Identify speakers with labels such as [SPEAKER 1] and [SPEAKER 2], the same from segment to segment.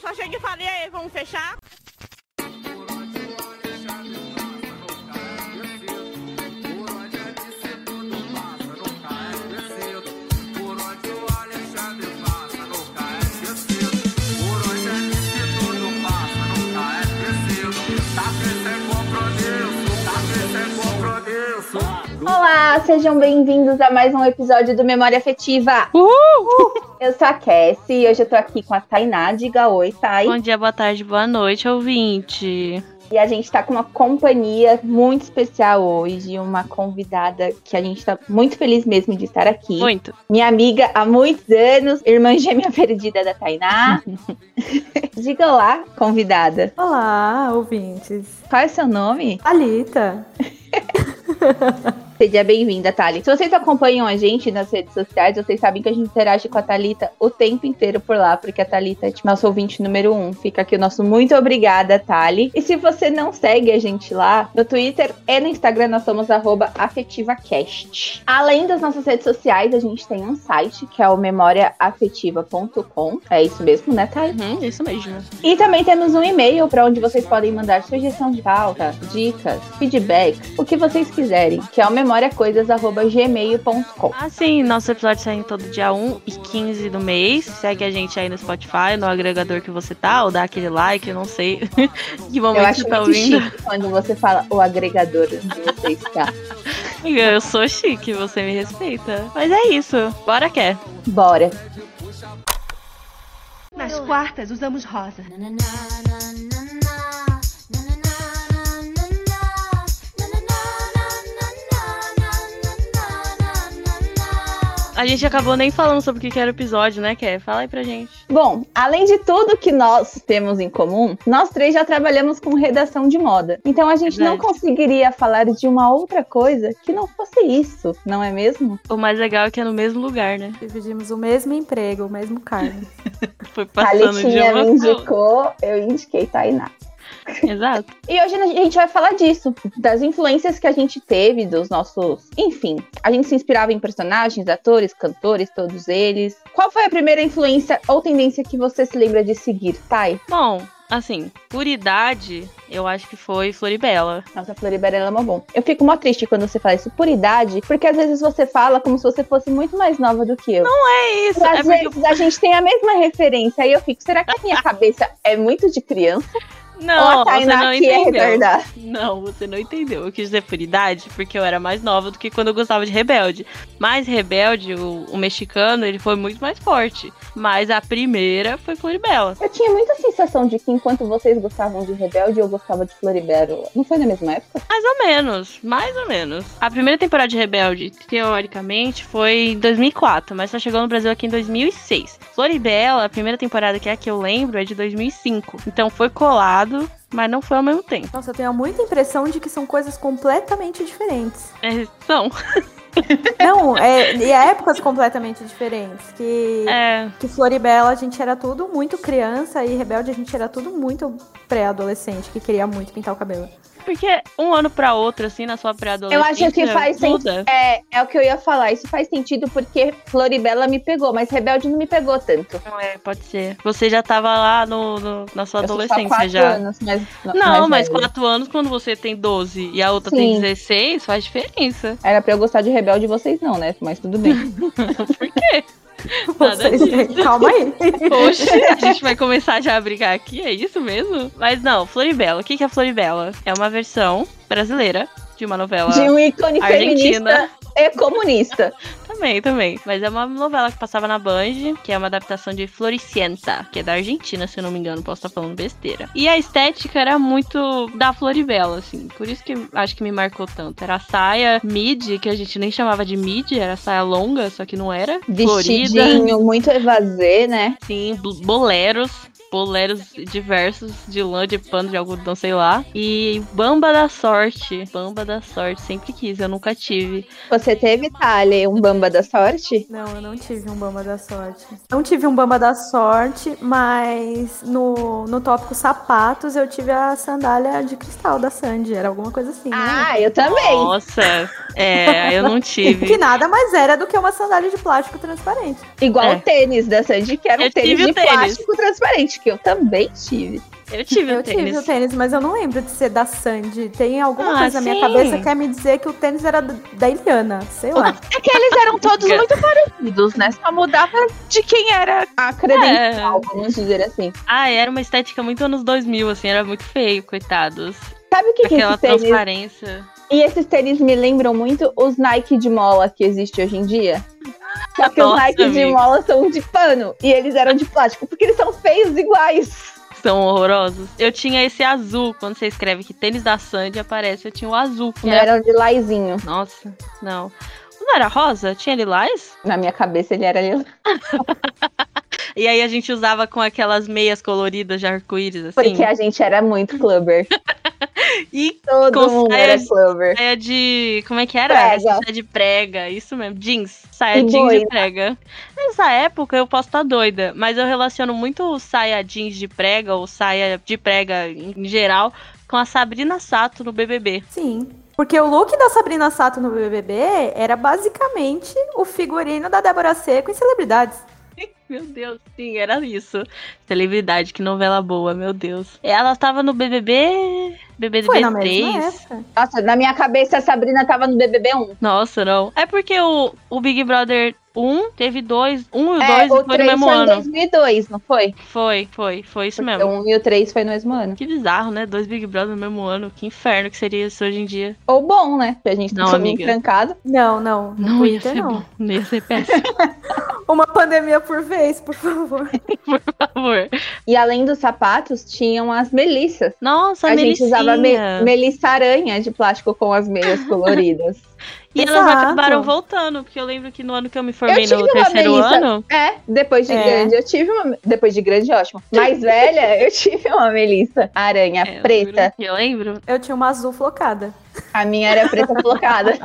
[SPEAKER 1] só cheguei e falei, aí, vamos fechar?
[SPEAKER 2] Olá, sejam bem-vindos a mais um episódio do Memória Afetiva. Eu sou a Cassie e hoje eu tô aqui com a Tainá. Diga oi, Thay.
[SPEAKER 3] Bom dia, boa tarde, boa noite, ouvinte.
[SPEAKER 2] E a gente tá com uma companhia muito especial hoje, uma convidada que a gente tá muito feliz mesmo de estar aqui.
[SPEAKER 3] Muito.
[SPEAKER 2] Minha amiga há muitos anos, irmã gêmea perdida da Tainá. Diga lá, convidada.
[SPEAKER 4] Olá, ouvintes.
[SPEAKER 2] Qual é o seu nome?
[SPEAKER 4] Alita.
[SPEAKER 2] Seja bem-vinda, Thali. Se vocês acompanham a gente nas redes sociais, vocês sabem que a gente interage com a Thalita o tempo inteiro por lá, porque a Thalita é tipo, nosso ouvinte número um. Fica aqui o nosso muito obrigada, Thali. E se você não segue a gente lá, no Twitter e no Instagram nós somos arroba afetivacast. Além das nossas redes sociais, a gente tem um site que é o memoriaafetiva.com. É isso mesmo, né, Thali?
[SPEAKER 3] Uhum, isso mesmo.
[SPEAKER 2] E também temos um e-mail para onde vocês podem mandar sugestão de pauta, dicas, feedbacks, o que vocês quiserem, que é o memoriacoisas.gmail.com.
[SPEAKER 3] Ah, sim, nosso episódio sai todo dia 1 e 15 do mês. Segue a gente aí no Spotify, no agregador que você tá, ou dá aquele like, eu não sei que
[SPEAKER 2] Eu
[SPEAKER 3] momento
[SPEAKER 2] acho
[SPEAKER 3] você tá
[SPEAKER 2] muito
[SPEAKER 3] ouvindo.
[SPEAKER 2] chique quando você fala o agregador tá? onde você está.
[SPEAKER 3] Amiga, Eu sou chique, você me respeita. Mas é isso, bora quer.
[SPEAKER 2] Bora.
[SPEAKER 5] Nas quartas usamos rosa.
[SPEAKER 3] A gente acabou nem falando sobre o que que era o episódio, né, Ké? Fala aí pra gente.
[SPEAKER 2] Bom, além de tudo que nós temos em comum, nós três já trabalhamos com redação de moda. Então a gente não
[SPEAKER 3] Verdade.
[SPEAKER 2] conseguiria falar de uma outra coisa que não fosse isso, não é mesmo?
[SPEAKER 3] O mais legal é que é no mesmo lugar, né?
[SPEAKER 4] Dividimos o mesmo emprego, o mesmo cargo.
[SPEAKER 3] Foi passando de
[SPEAKER 2] Thalitinha
[SPEAKER 3] uma.
[SPEAKER 2] me indicou, eu indiquei Tainá.
[SPEAKER 3] Exato.
[SPEAKER 2] E hoje a gente vai falar disso, das influências que a gente teve, dos nossos. Enfim, a gente se inspirava em personagens, atores, cantores, todos eles. Qual foi a primeira influência ou tendência que você se lembra de seguir, Thay?
[SPEAKER 3] Bom, assim, por idade, eu acho que foi Floribela.
[SPEAKER 2] Nossa, Floribela é mó bom. Eu fico mó triste quando você fala isso por idade, porque às vezes você fala como se você fosse muito mais nova do que eu.
[SPEAKER 3] É isso,
[SPEAKER 2] às
[SPEAKER 3] é porque
[SPEAKER 2] vezes a gente tem a mesma referência, aí eu fico, será que a minha cabeça é muito de criança? ou
[SPEAKER 3] Não,
[SPEAKER 2] a
[SPEAKER 3] você
[SPEAKER 2] Tainá
[SPEAKER 3] não
[SPEAKER 2] que é
[SPEAKER 3] entendeu.
[SPEAKER 2] retardada?
[SPEAKER 3] não, você não entendeu. Eu quis dizer por idade, porque eu era mais nova do que quando eu gostava de Rebelde. Mas Rebelde, o, o mexicano, ele foi muito mais forte. Mas a primeira foi Floribela.
[SPEAKER 2] Eu tinha muita sensação de que enquanto vocês gostavam de Rebelde, eu gostava de Floribelo. Não foi na mesma época?
[SPEAKER 3] Mais ou menos, mais ou menos. A primeira temporada de Rebelde, teoricamente, foi em 2004, mas só chegou no Brasil aqui em 2006. Floribela, a primeira temporada que é a que eu lembro, é de 2005. Então foi colado, mas não foi ao mesmo tempo.
[SPEAKER 4] Nossa, eu tenho muita impressão de que são coisas completamente diferentes.
[SPEAKER 3] É, são.
[SPEAKER 4] Não, é, e épocas completamente diferentes. Que,
[SPEAKER 3] É,
[SPEAKER 4] que Floribela a gente era tudo muito criança e Rebelde a gente era tudo muito pré-adolescente, que queria muito pintar o cabelo.
[SPEAKER 3] Porque um ano pra outro, assim, na sua pré-adolescência.
[SPEAKER 2] Eu acho que faz
[SPEAKER 3] muda.
[SPEAKER 2] É, é o que eu ia falar. Isso faz sentido porque Floribela me pegou, mas Rebelde não me pegou tanto.
[SPEAKER 3] Não é, pode ser. Você já tava lá no, no- na sua
[SPEAKER 2] Eu sou só
[SPEAKER 3] adolescência
[SPEAKER 2] quatro
[SPEAKER 3] já.
[SPEAKER 2] Anos, mas,
[SPEAKER 3] Não, mas
[SPEAKER 2] velha.
[SPEAKER 3] quatro anos quando você tem 12 e a outra
[SPEAKER 2] Sim.
[SPEAKER 3] tem 16, faz diferença.
[SPEAKER 2] Era pra eu gostar de Rebelde e vocês não, né? Mas tudo bem.
[SPEAKER 3] Nada
[SPEAKER 4] Vocês- Calma aí.
[SPEAKER 3] Oxe, a gente vai começar já a brigar aqui, é isso mesmo? Mas não, Floribela. O que que é Floribela? É uma versão brasileira de uma novela.
[SPEAKER 2] De um ícone
[SPEAKER 3] Argentina.
[SPEAKER 2] feminista e comunista.
[SPEAKER 3] Também, também. Mas é uma novela que passava na Band, que é uma adaptação de Floricienta, que é da Argentina, se eu não me engano, posso estar falando besteira. E a estética era muito da Floribela, assim. Por isso que acho que me marcou tanto. Era a saia midi, que a gente nem chamava de midi, era saia longa, só que não era. Florida.
[SPEAKER 2] Vestidinho, muito evasê, né?
[SPEAKER 3] Sim, bl- boleros. Boleros diversos de lã, de pano, de algodão, sei lá. E Bamba da Sorte. Bamba da Sorte, sempre quis, eu nunca tive.
[SPEAKER 2] Você teve, Thali, um bamba da sorte?
[SPEAKER 4] Não, eu não tive um Bamba da Sorte. Não tive um Bamba da Sorte, mas no, no tópico sapatos eu tive a sandália de cristal da Sandy. Era alguma coisa assim, né?
[SPEAKER 2] Ah, eu também.
[SPEAKER 3] Nossa, é, eu não tive.
[SPEAKER 4] Que nada mais era do que uma sandália de plástico transparente.
[SPEAKER 2] Igual
[SPEAKER 3] É.
[SPEAKER 2] o tênis da Sandy, que era um
[SPEAKER 3] Eu
[SPEAKER 2] tênis
[SPEAKER 3] tive
[SPEAKER 2] de
[SPEAKER 3] o tênis.
[SPEAKER 2] plástico transparente. acho que eu também tive. um
[SPEAKER 3] Eu tive
[SPEAKER 4] Eu
[SPEAKER 3] o tênis.
[SPEAKER 4] tive o tênis, mas eu não lembro de ser da Sandy. Tem alguma
[SPEAKER 3] Ah,
[SPEAKER 4] coisa na minha
[SPEAKER 3] sim.
[SPEAKER 4] cabeça que quer me dizer que o tênis era do- da Eliana, sei lá.
[SPEAKER 2] É que eles eram todos muito parecidos, né? Só mudava de quem era a credencial, vamos dizer assim.
[SPEAKER 3] É. Ah, era uma estética muito anos 2000, assim, era muito feio, coitados.
[SPEAKER 2] Sabe o que, que
[SPEAKER 3] Aquela
[SPEAKER 2] esses tênis?
[SPEAKER 3] transparência.
[SPEAKER 2] E esses tênis me lembram muito os Nike de mola que existe hoje em dia. Só que os
[SPEAKER 3] Nossa,
[SPEAKER 2] Nike de
[SPEAKER 3] amiga.
[SPEAKER 2] mola são de pano e eles eram de plástico, porque eles são feios iguais.
[SPEAKER 3] São horrorosos. Eu tinha esse azul, quando você escreve que tênis da Sandy aparece, eu tinha o azul. que
[SPEAKER 2] Não
[SPEAKER 3] era-
[SPEAKER 2] eram de laizinho.
[SPEAKER 3] Nossa, não. Não era rosa? Tinha lilás?
[SPEAKER 2] Na minha cabeça ele era lilás.
[SPEAKER 3] E aí a gente usava com aquelas meias coloridas de arco-íris, assim.
[SPEAKER 2] Porque a gente era muito clubber.
[SPEAKER 3] E
[SPEAKER 2] Todo
[SPEAKER 3] Com
[SPEAKER 2] mundo
[SPEAKER 3] saia
[SPEAKER 2] era
[SPEAKER 3] de-
[SPEAKER 2] clubber.
[SPEAKER 3] saia de. Como é que era?
[SPEAKER 2] Prega.
[SPEAKER 3] Era Saia de prega, isso mesmo. Jeans. Saia
[SPEAKER 2] E
[SPEAKER 3] jeans
[SPEAKER 2] boina.
[SPEAKER 3] de prega. Nessa época eu posso estar doida, mas eu relaciono muito saia jeans de prega ou saia de prega em geral com a Sabrina Sato no BBB.
[SPEAKER 4] Sim. Porque o look da Sabrina Sato no BBB era basicamente o figurino da Débora Seco em celebridades.
[SPEAKER 3] Meu Deus, sim, era isso. Celebridade, que novela boa, meu Deus. Ela tava no BBB. BBB
[SPEAKER 4] Foi na
[SPEAKER 3] 3.
[SPEAKER 4] mesma época.
[SPEAKER 2] Nossa, na minha cabeça a Sabrina tava no BBB 1.
[SPEAKER 3] Nossa, não. É porque o, o Big Brother 1 teve dois. Um e o
[SPEAKER 2] É,
[SPEAKER 3] dois
[SPEAKER 2] o
[SPEAKER 3] foi no
[SPEAKER 2] 3
[SPEAKER 3] mesmo
[SPEAKER 2] foi em
[SPEAKER 3] ano.
[SPEAKER 2] 2002, não foi?
[SPEAKER 3] Foi, foi, foi isso
[SPEAKER 2] Porque
[SPEAKER 3] mesmo.
[SPEAKER 2] O 1 e o 3 foi no mesmo ano.
[SPEAKER 3] Que bizarro, né? Dois Big Brother no mesmo ano. Que inferno que seria isso hoje em dia.
[SPEAKER 2] Ou bom, né? Porque a gente
[SPEAKER 3] Não,
[SPEAKER 2] tá todo mundo
[SPEAKER 3] amiga.
[SPEAKER 2] trancado.
[SPEAKER 4] Não, não. no
[SPEAKER 3] Não ia
[SPEAKER 4] Twitter,
[SPEAKER 3] ser
[SPEAKER 4] não.
[SPEAKER 3] bom. Não ia ser péssimo,
[SPEAKER 4] Uma pandemia por vez, por favor.
[SPEAKER 3] por favor.
[SPEAKER 2] E além dos sapatos, tinham as melissas.
[SPEAKER 3] Nossa,
[SPEAKER 2] a gente usava me
[SPEAKER 3] Melicinha.
[SPEAKER 2] melissa aranha de plástico com as meias coloridas.
[SPEAKER 3] E elas
[SPEAKER 4] Exato.
[SPEAKER 3] acabaram voltando, porque eu lembro que no ano que eu me formei
[SPEAKER 2] tive
[SPEAKER 3] no
[SPEAKER 2] uma
[SPEAKER 3] terceiro
[SPEAKER 2] Melissa.
[SPEAKER 3] ano.
[SPEAKER 2] É, depois de
[SPEAKER 4] É.
[SPEAKER 2] grande eu tive uma. Depois de grande, ótimo. Mais velha, eu tive uma melissa aranha
[SPEAKER 3] É, eu
[SPEAKER 2] preta.
[SPEAKER 3] lembro. Eu lembro.
[SPEAKER 4] Eu tinha uma azul flocada.
[SPEAKER 2] A minha era preta colocada.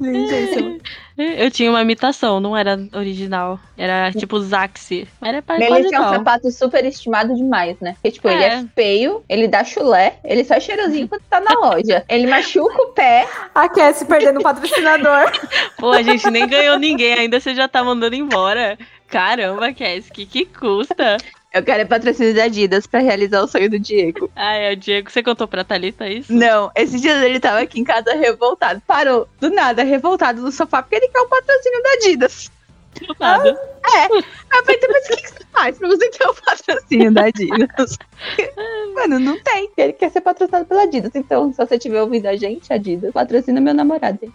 [SPEAKER 4] Lindíssimo.
[SPEAKER 3] Eu tinha uma imitação, não era original. Era tipo Zaxi. Era pra quase
[SPEAKER 2] Melissa é um
[SPEAKER 3] igual.
[SPEAKER 2] sapato super estimado demais, né? Porque, tipo, ele é
[SPEAKER 3] É.
[SPEAKER 2] feio, ele dá chulé, ele só é cheirosinho quando tá na loja. Ele machuca o pé.
[SPEAKER 4] Aquece perdendo o patrocinador.
[SPEAKER 3] Pô, a gente nem ganhou ninguém, ainda você já tá mandando embora. Caramba, Cass, que que custa?
[SPEAKER 2] Eu quero é patrocínio da Adidas pra realizar o sonho do Diego.
[SPEAKER 3] Ai, é o Diego, você contou pra Thalita isso?
[SPEAKER 2] Não, esses dias ele tava aqui em casa revoltado. Parou, do nada, revoltado no sofá, porque ele quer o patrocínio da Adidas.
[SPEAKER 3] Do nada.
[SPEAKER 2] Aí eu falei, "Então, mas o que, que você faz pra você ter o patrocínio da Adidas? Mano, não tem. Ele quer ser patrocinado pela Adidas. Então, se você tiver ouvindo a gente, Adidas, patrocina meu namorado.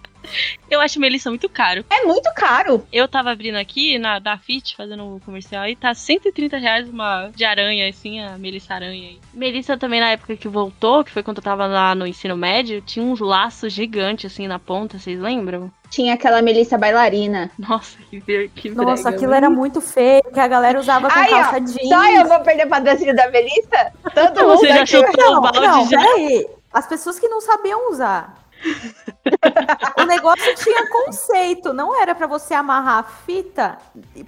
[SPEAKER 3] Eu acho Melissa muito caro.
[SPEAKER 2] É muito caro.
[SPEAKER 3] Eu tava abrindo aqui na da Fit, fazendo um comercial, e tá 130 reais uma de aranha, assim, a Melissa Aranha. aí. Melissa também, na época que voltou, que foi quando eu tava lá no ensino médio, tinha uns laços gigantes, assim, na ponta, vocês lembram?
[SPEAKER 2] Tinha aquela Melissa bailarina.
[SPEAKER 3] Nossa, que, ver- que
[SPEAKER 4] Nossa,
[SPEAKER 3] brega.
[SPEAKER 4] aquilo é era muito feio, que a galera usava com
[SPEAKER 2] Aí, ó,
[SPEAKER 4] calça jeans.
[SPEAKER 2] Só eu vou perder o patrocínio da Melissa? Todo mundo
[SPEAKER 3] Você já
[SPEAKER 2] aqui...
[SPEAKER 3] chutou o balde
[SPEAKER 4] não,
[SPEAKER 3] já?
[SPEAKER 4] peraí. As pessoas que não sabiam usar. o negócio tinha conceito, não era pra você amarrar a fita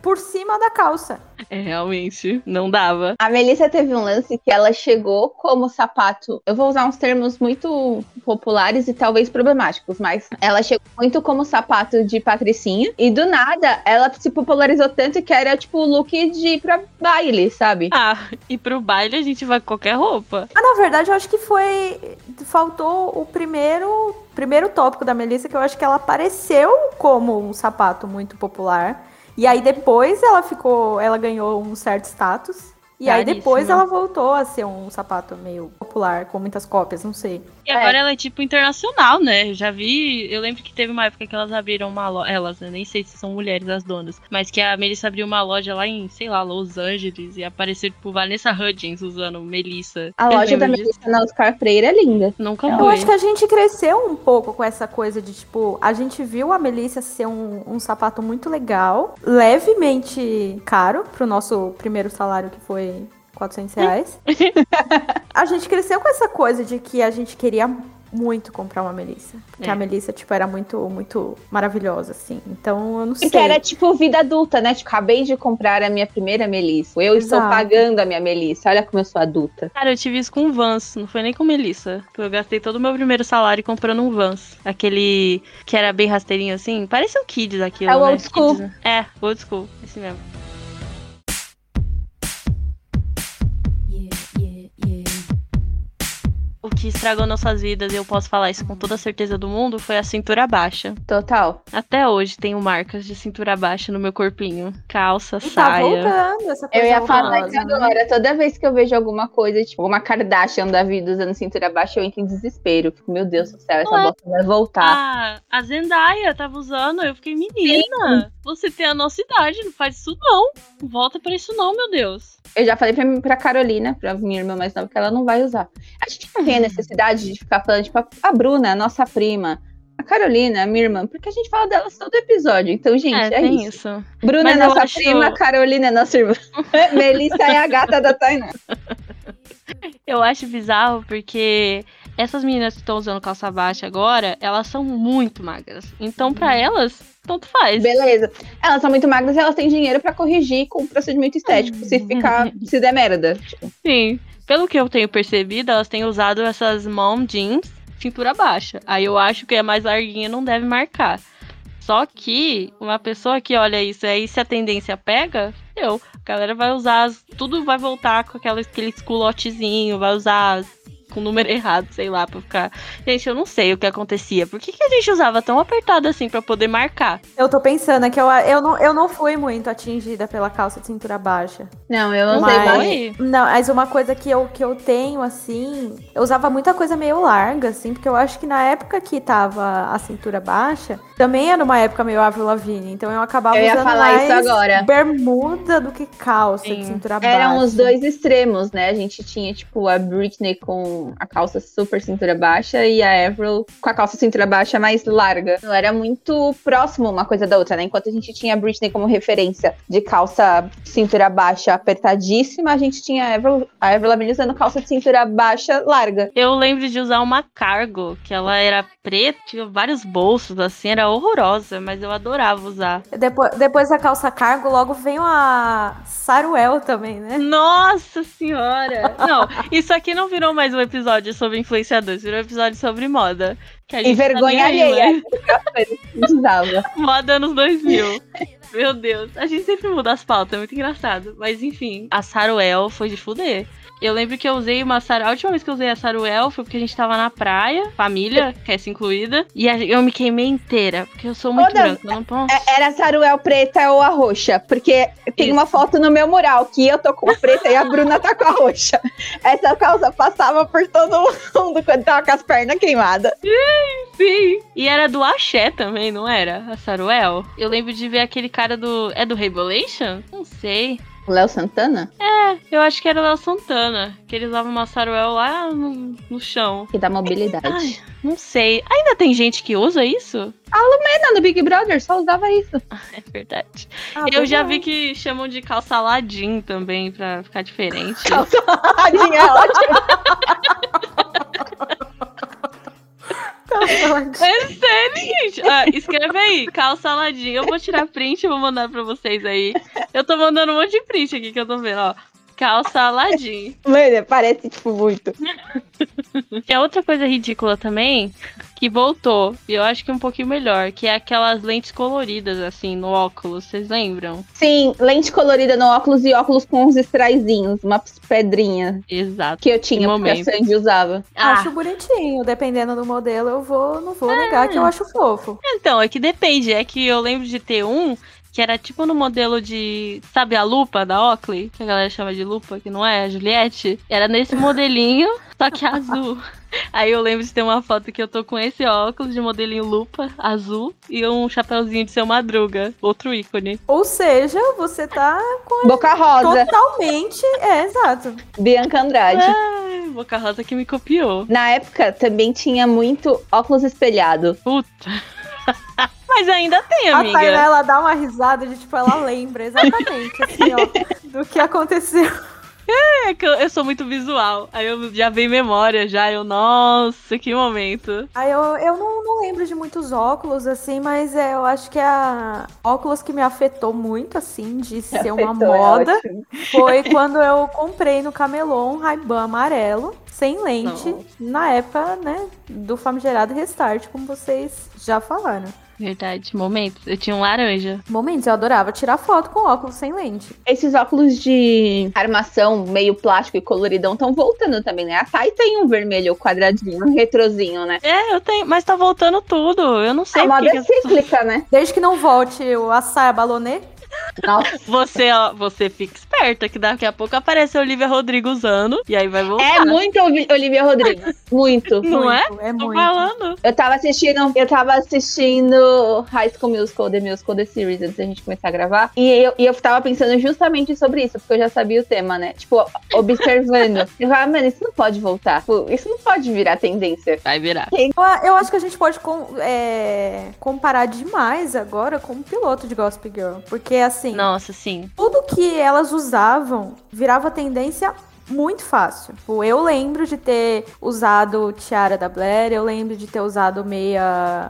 [SPEAKER 4] por cima da calça.
[SPEAKER 3] É, realmente, não dava.
[SPEAKER 2] A Melissa teve um lance que ela chegou como sapato. Eu vou usar uns termos muito populares e talvez problemáticos, mas ela chegou muito como sapato de patricinha. E do nada, ela se popularizou tanto que era tipo o look de ir pra baile, sabe?
[SPEAKER 3] Ah, e pro baile a gente vai com qualquer roupa.
[SPEAKER 4] Ah, na verdade, eu acho que foi. Faltou o primeiro, primeiro tópico da Melissa, que eu acho que ela apareceu como um sapato muito popular. E aí depois ela ficou. Ela ganhou um certo status. E aí depois
[SPEAKER 3] Caríssima.
[SPEAKER 4] ela voltou a ser um sapato meio popular, com muitas cópias, não sei.
[SPEAKER 3] E agora ela é tipo internacional, né? Eu já vi. Eu lembro que teve uma época que elas abriram uma loja. Elas, né? Nem sei se são mulheres as donas. Mas que a Melissa abriu uma loja lá em, sei lá, Los Angeles. E apareceu, tipo, Vanessa Hudgens usando Melissa.
[SPEAKER 2] A
[SPEAKER 3] Eu
[SPEAKER 2] loja da
[SPEAKER 3] lembro disso.
[SPEAKER 2] Melissa na Oscar Freire é linda.
[SPEAKER 3] Nunca
[SPEAKER 4] Eu
[SPEAKER 3] foi.
[SPEAKER 4] acho que a gente cresceu um pouco com essa coisa de, tipo, a gente viu a Melissa ser um, um sapato muito legal, levemente caro pro nosso primeiro salário, que foi 400 reais. a gente cresceu com essa coisa de que a gente queria muito comprar uma Melissa. Porque
[SPEAKER 3] É.
[SPEAKER 4] a Melissa, tipo, era muito, muito maravilhosa, assim. Então, eu não sei.
[SPEAKER 2] Porque era tipo vida adulta, né? Tipo, acabei de comprar a minha primeira Melissa. Eu estou
[SPEAKER 4] Exato.
[SPEAKER 2] pagando a minha Melissa. Olha como eu sou adulta.
[SPEAKER 3] Cara, eu tive isso com um Vans, não foi nem com Melissa. Eu gastei todo o meu primeiro salário comprando um Vans. Aquele que era bem rasteirinho assim. Parece um Kids aquilo.
[SPEAKER 2] É o
[SPEAKER 3] né?
[SPEAKER 2] old school.
[SPEAKER 3] Kids, né? É, old school, esse mesmo. que estragou nossas vidas, e eu posso falar isso com toda a certeza do mundo, foi a cintura baixa.
[SPEAKER 2] Total.
[SPEAKER 3] Até hoje tenho marcas de cintura baixa no meu corpinho. Calça,
[SPEAKER 4] E tá
[SPEAKER 3] saia.
[SPEAKER 4] voltando essa
[SPEAKER 2] Eu
[SPEAKER 4] coisa.
[SPEAKER 2] ia falar
[SPEAKER 4] horrorosa,
[SPEAKER 2] isso
[SPEAKER 4] né?
[SPEAKER 2] agora. Toda vez que eu vejo alguma coisa, tipo, uma Kardashian da vida usando cintura baixa, eu entro em desespero. Fico, meu Deus do céu, essa
[SPEAKER 3] Ué.
[SPEAKER 2] bosta vai voltar.
[SPEAKER 3] Ah, a Zendaya tava usando, eu fiquei, menina, você tem a nossa idade, não faz isso não. Volta pra isso não, meu Deus.
[SPEAKER 2] Eu já falei pra, mim- pra Carolina, pra minha irmã mais nova, que ela não vai usar. A gente não
[SPEAKER 3] Uhum.
[SPEAKER 2] tem a necessidade de ficar falando, tipo, a- a Bruna, a nossa prima. A Carolina, a minha irmã, porque a gente fala delas todo episódio. Então, gente, é,
[SPEAKER 3] tem
[SPEAKER 2] isso. Bruna
[SPEAKER 3] Mas
[SPEAKER 2] é
[SPEAKER 3] eu
[SPEAKER 2] nossa
[SPEAKER 3] acho-
[SPEAKER 2] prima, Carolina é nossa irmã. Melissa é a gata da Tainá.
[SPEAKER 3] Eu acho bizarro porque essas meninas que estão usando calça baixa agora, elas são muito magras. Então,
[SPEAKER 2] Uhum.
[SPEAKER 3] pra elas, tanto faz.
[SPEAKER 2] Beleza. Elas são muito magras e elas têm dinheiro pra corrigir com procedimento estético, se ficar, se der merda. Tipo,
[SPEAKER 3] Sim. Pelo que eu tenho percebido, elas têm usado essas mom jeans cintura baixa. Aí eu acho que é mais larguinha não deve marcar. Só que uma pessoa que olha isso aí, se a tendência pega, eu. A galera vai usar, as- tudo vai voltar com aquela, aquele esculotezinho, vai usar as- com o número errado, sei lá, pra ficar. Gente, eu não sei o que acontecia. Por que, que a gente usava tão apertado assim pra poder marcar?
[SPEAKER 4] Eu tô pensando é que eu, eu, não, eu não fui muito atingida pela calça de cintura baixa.
[SPEAKER 2] não, eu não
[SPEAKER 4] Mas-
[SPEAKER 2] sei. mas-
[SPEAKER 3] Oi?
[SPEAKER 4] Não, mas uma coisa que eu, que eu tenho, assim, eu usava muita coisa meio larga, assim, porque eu acho que na época que tava a cintura baixa, também era uma época meio Avril Lavigne, então eu acabava
[SPEAKER 2] Eu ia
[SPEAKER 4] usando
[SPEAKER 2] falar
[SPEAKER 4] mais
[SPEAKER 2] isso agora.
[SPEAKER 4] bermuda do que calça
[SPEAKER 3] Sim.
[SPEAKER 4] de cintura
[SPEAKER 3] é
[SPEAKER 4] baixa.
[SPEAKER 2] Eram os dois extremos, né? A gente tinha, tipo, a Britney com a calça super cintura baixa e a Avril com a calça cintura baixa mais larga. Não era muito próximo uma coisa da outra, né? Enquanto a gente tinha a Britney como referência de calça cintura baixa apertadíssima, a gente tinha a Avril, a Avril Lavigne usando calça de cintura baixa larga.
[SPEAKER 3] Eu lembro de usar uma cargo, que ela era preta, tinha vários bolsos, assim, era horrorosa, mas eu adorava usar.
[SPEAKER 4] Depois, depois da calça cargo, logo vem a Saruel também, né?
[SPEAKER 3] Nossa senhora! Não, isso aqui não virou mais um episódio sobre influenciadores, virou um episódio sobre moda. Que a
[SPEAKER 2] E
[SPEAKER 3] tá nem
[SPEAKER 2] vergonha
[SPEAKER 3] aí, né?
[SPEAKER 2] alheia. Precisava.
[SPEAKER 3] Moda anos 2000. Meu Deus, a gente sempre muda as pautas, é muito engraçado. Mas enfim, a Saruel foi de fuder. Eu lembro que eu usei uma Saruel. A última vez que eu usei a Saruel foi porque a gente tava na praia, família, é essa incluída. E a- eu me queimei inteira, porque eu sou muito
[SPEAKER 2] Toda-
[SPEAKER 3] branca, eu não posso.
[SPEAKER 2] É- Era a Saruel preta ou a roxa, porque tem
[SPEAKER 3] Isso.
[SPEAKER 2] uma foto no meu mural que eu tô com a preta e a Bruna tá com a roxa. Essa calça passava por todo mundo quando tava com as pernas queimadas.
[SPEAKER 3] Sim. E era do Axé também, não era? A Saruel. Eu lembro de ver aquele cara do. É do Rebolation? Não sei. É,
[SPEAKER 2] O Léo Santana,
[SPEAKER 3] Eu acho que era o Léo Santana, que ele usava uma Saruel lá no, no chão.
[SPEAKER 2] que dá mobilidade.
[SPEAKER 3] Ai, não sei. Ainda tem gente que usa isso?
[SPEAKER 2] Não, no Big Brother só usava isso.
[SPEAKER 3] É verdade.
[SPEAKER 4] Ah,
[SPEAKER 3] Eu
[SPEAKER 4] pois
[SPEAKER 3] já
[SPEAKER 4] é.
[SPEAKER 3] vi que chamam de calça ladim também, pra ficar diferente.
[SPEAKER 2] Calça radinha, é ótimo.
[SPEAKER 3] É sério, gente. Ah, escreve aí, calça ladim. Eu vou tirar print e vou mandar pra vocês aí. Eu tô mandando um monte de print aqui que eu tô vendo, ó. Calça ladim.
[SPEAKER 2] Mano, parece, tipo, muito.
[SPEAKER 3] E a outra coisa ridícula também, que voltou, e eu acho que um pouquinho melhor, que é aquelas lentes coloridas, assim, no óculos, vocês lembram?
[SPEAKER 2] Sim, lente colorida no óculos e óculos com uns estraizinhos, umas pedrinhas
[SPEAKER 3] Exato.
[SPEAKER 2] que eu tinha, porque a
[SPEAKER 3] momento.
[SPEAKER 2] Sandy usava.
[SPEAKER 4] Acho bonitinho, dependendo do modelo, eu vou, não vou negar
[SPEAKER 2] Ah.
[SPEAKER 4] que eu acho fofo.
[SPEAKER 3] então, é que depende, é que eu lembro de ter um que era tipo no modelo de, sabe, a lupa da Oakley, que a galera chama de lupa, que não é, a Juliette, era nesse modelinho, só que azul. Aí eu lembro de ter uma foto que eu tô com esse óculos de modelinho lupa, azul, e um chapéuzinho de seu madruga, outro ícone.
[SPEAKER 4] Ou seja, você tá
[SPEAKER 2] Boca Rosa,
[SPEAKER 4] totalmente. É, exato.
[SPEAKER 2] Bianca Andrade.
[SPEAKER 3] É tipo, Ai, Boca Rosa que me copiou.
[SPEAKER 2] Na época também tinha muito óculos espelhado.
[SPEAKER 3] Puta. Mas ainda tem,
[SPEAKER 4] A
[SPEAKER 3] amiga.
[SPEAKER 4] Tainá, ela dá uma risada de tipo, ela lembra exatamente, assim, ó, do que aconteceu.
[SPEAKER 3] É que eu, eu sou muito visual. Aí eu já veio memória, já. Eu, nossa, que momento.
[SPEAKER 4] Aí eu, eu não, não lembro de muitos óculos, assim, mas é, eu acho que a óculos que me afetou muito, assim, de ser uma
[SPEAKER 2] Afetou, é
[SPEAKER 4] moda.
[SPEAKER 2] ótimo.
[SPEAKER 4] Foi quando eu comprei no Camelon um Ray-Ban amarelo, sem lente, na época, né, do famigerado Restart, como vocês já falaram.
[SPEAKER 3] Verdade. Momentos. Eu tinha um laranja.
[SPEAKER 4] Momentos, eu adorava tirar foto com óculos sem lente.
[SPEAKER 2] Esses óculos de armação meio plástico e coloridão estão voltando também, né? A Thay tem um vermelho quadradinho, um retrozinho, né?
[SPEAKER 3] É, eu tenho. Mas tá voltando tudo. Eu não sei
[SPEAKER 2] A
[SPEAKER 3] por
[SPEAKER 2] moda
[SPEAKER 3] que.
[SPEAKER 2] é
[SPEAKER 3] que eu-
[SPEAKER 2] cíclica, né?
[SPEAKER 4] Desde que não volte o açaia balonê.
[SPEAKER 2] Nossa,
[SPEAKER 3] Você, ó, você fica esperta, que daqui a pouco aparece a Olivia Rodrigo usando. E aí vai voltar.
[SPEAKER 2] é muito Oli- Olivia Rodrigues. Muito.
[SPEAKER 3] Não é?
[SPEAKER 4] É
[SPEAKER 3] Tô
[SPEAKER 4] muito.
[SPEAKER 3] falando.
[SPEAKER 2] Eu tava assistindo, eu tava assistindo High School Musical, The Musical, The Series, antes da gente começar a gravar. E eu, e eu tava pensando justamente sobre isso, porque eu já sabia o tema, né? Tipo, observando. Eu falava, "Ah, mano, isso não pode voltar. Tipo, isso não pode virar tendência.
[SPEAKER 3] Vai virar.
[SPEAKER 4] Eu, eu acho que a gente pode com- é, comparar demais agora com o piloto de Gossip Girl. Porque, assim,
[SPEAKER 3] Nossa, sim.
[SPEAKER 4] tudo que elas usavam virava tendência muito fácil. Tipo, eu lembro de ter usado tiara da Blair, eu lembro de ter usado meia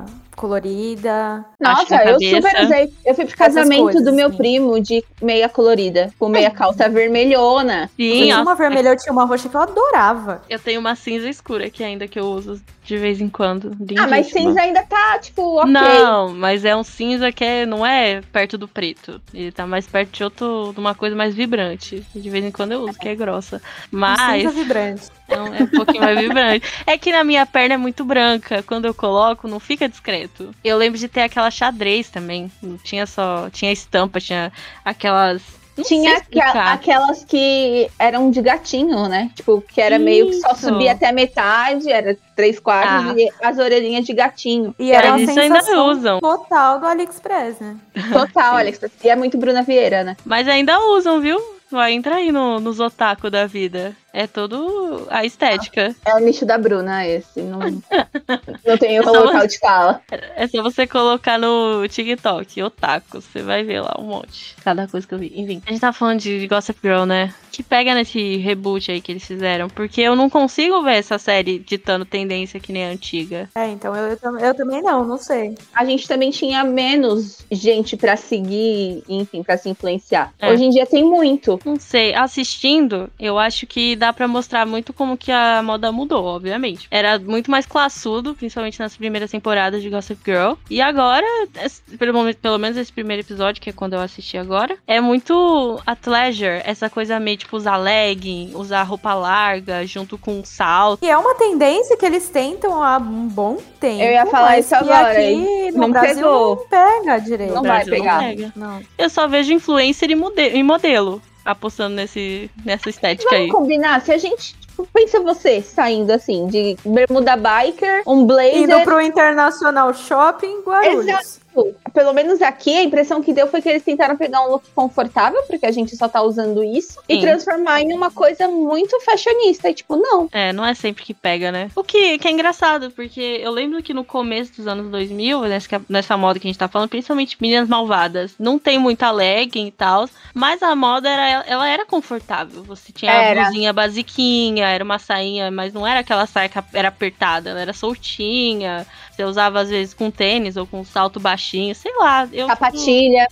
[SPEAKER 4] colorida.
[SPEAKER 3] Acho
[SPEAKER 2] Nossa,
[SPEAKER 3] na
[SPEAKER 2] eu
[SPEAKER 3] cabeça.
[SPEAKER 2] super usei. Eu fui pro casamento
[SPEAKER 4] coisas,
[SPEAKER 2] do meu
[SPEAKER 4] sim.
[SPEAKER 2] primo de meia colorida,
[SPEAKER 3] É.
[SPEAKER 2] com meia calça vermelhona.
[SPEAKER 4] Eu
[SPEAKER 3] Sim,
[SPEAKER 4] tinha
[SPEAKER 3] ó.
[SPEAKER 4] uma vermelha, eu tinha uma roxa que eu adorava.
[SPEAKER 3] Eu tenho uma cinza escura aqui ainda que eu uso de vez em quando. Lindíssima.
[SPEAKER 2] Ah, mas cinza ainda tá, tipo, ok.
[SPEAKER 3] Não, mas é um cinza que é- não é perto do preto. Ele tá mais perto de outro, de uma coisa mais vibrante. De vez em quando eu uso, que é grossa. Mas
[SPEAKER 4] Cinza vibrante.
[SPEAKER 3] não, é um pouquinho mais vibrante. É que na minha perna é muito branca. Quando eu coloco, não fica discreto. Eu lembro de ter aquela xadrez também. Não tinha só. Tinha estampa, tinha aquelas. não
[SPEAKER 2] Tinha
[SPEAKER 3] sei
[SPEAKER 2] aqua-
[SPEAKER 3] explicar.
[SPEAKER 2] aquelas que eram de gatinho, né? Tipo, que era meio que só
[SPEAKER 3] Isso.
[SPEAKER 2] subia até metade, era três quartos,
[SPEAKER 3] Ah.
[SPEAKER 2] e as orelhinhas de gatinho.
[SPEAKER 4] E era uma
[SPEAKER 3] Mas isso ainda
[SPEAKER 4] sensação
[SPEAKER 3] usam.
[SPEAKER 4] total do AliExpress, né?
[SPEAKER 2] Total, Alex. E é muito Bruna Vieira, né?
[SPEAKER 3] Mas ainda usam, viu? Vai entrar aí no, nos otaku da vida. É todo a estética.
[SPEAKER 2] É o nicho da Bruna esse. Não, não tenho
[SPEAKER 3] Só
[SPEAKER 2] local de fala.
[SPEAKER 3] É só você colocar no TikTok, otaku. Você vai ver lá um monte. Cada coisa que eu vi. Enfim, a gente tá falando de Gossip Girl, né? Que pega nesse reboot aí que eles fizeram. Porque eu não consigo ver essa série ditando tendência que nem a antiga.
[SPEAKER 4] É, então eu, eu, tam- eu também não, não sei.
[SPEAKER 2] A gente também tinha menos gente pra seguir, enfim, pra se influenciar.
[SPEAKER 3] É.
[SPEAKER 2] Hoje em dia tem muito.
[SPEAKER 3] Não sei, assistindo, eu acho que dá pra mostrar muito como que a moda mudou, obviamente. Era muito mais classudo, principalmente nas primeiras temporadas de Gossip Girl. E agora, es- pelo, momen- pelo menos esse primeiro episódio, que é quando eu assisti agora, é muito a pleasure, essa coisa meio tipo usar legging, usar roupa larga, junto com um salto.
[SPEAKER 4] E é uma tendência que eles tentam há um bom tempo.
[SPEAKER 2] Eu ia falar
[SPEAKER 4] mas
[SPEAKER 2] isso
[SPEAKER 4] que
[SPEAKER 2] agora,
[SPEAKER 4] Aqui no
[SPEAKER 2] não
[SPEAKER 4] Brasil
[SPEAKER 2] pegou.
[SPEAKER 4] não pega direito.
[SPEAKER 2] Não vai
[SPEAKER 3] Brasil
[SPEAKER 2] pegar.
[SPEAKER 3] pega.
[SPEAKER 4] Não.
[SPEAKER 3] Eu só vejo influencer e mode- e modelo apostando nesse, nessa estética aí.
[SPEAKER 2] Vamos combinar, se a gente. tipo, Pensa você saindo assim, de bermuda biker, um blazer.
[SPEAKER 4] É. Indo pro Internacional Shopping Guarulhos.
[SPEAKER 2] Tipo, pelo menos aqui, a impressão que deu foi que eles tentaram pegar um look confortável, porque a gente só tá usando isso, e
[SPEAKER 3] Sim.
[SPEAKER 2] transformar em uma coisa muito fashionista. E tipo, não.
[SPEAKER 3] É, não é sempre que pega, né? O que, que é engraçado, porque eu lembro que no começo dos anos 2000, nessa, nessa moda que a gente tá falando, principalmente meninas malvadas, não tem muita legging e tal, mas a moda era, ela era confortável. Você tinha
[SPEAKER 2] Era.
[SPEAKER 3] a blusinha basiquinha, era uma sainha, mas não era aquela saia que era apertada, ela era soltinha. Você usava às vezes com tênis ou com salto baixinho, sei lá. Eu,
[SPEAKER 2] Sapatilha.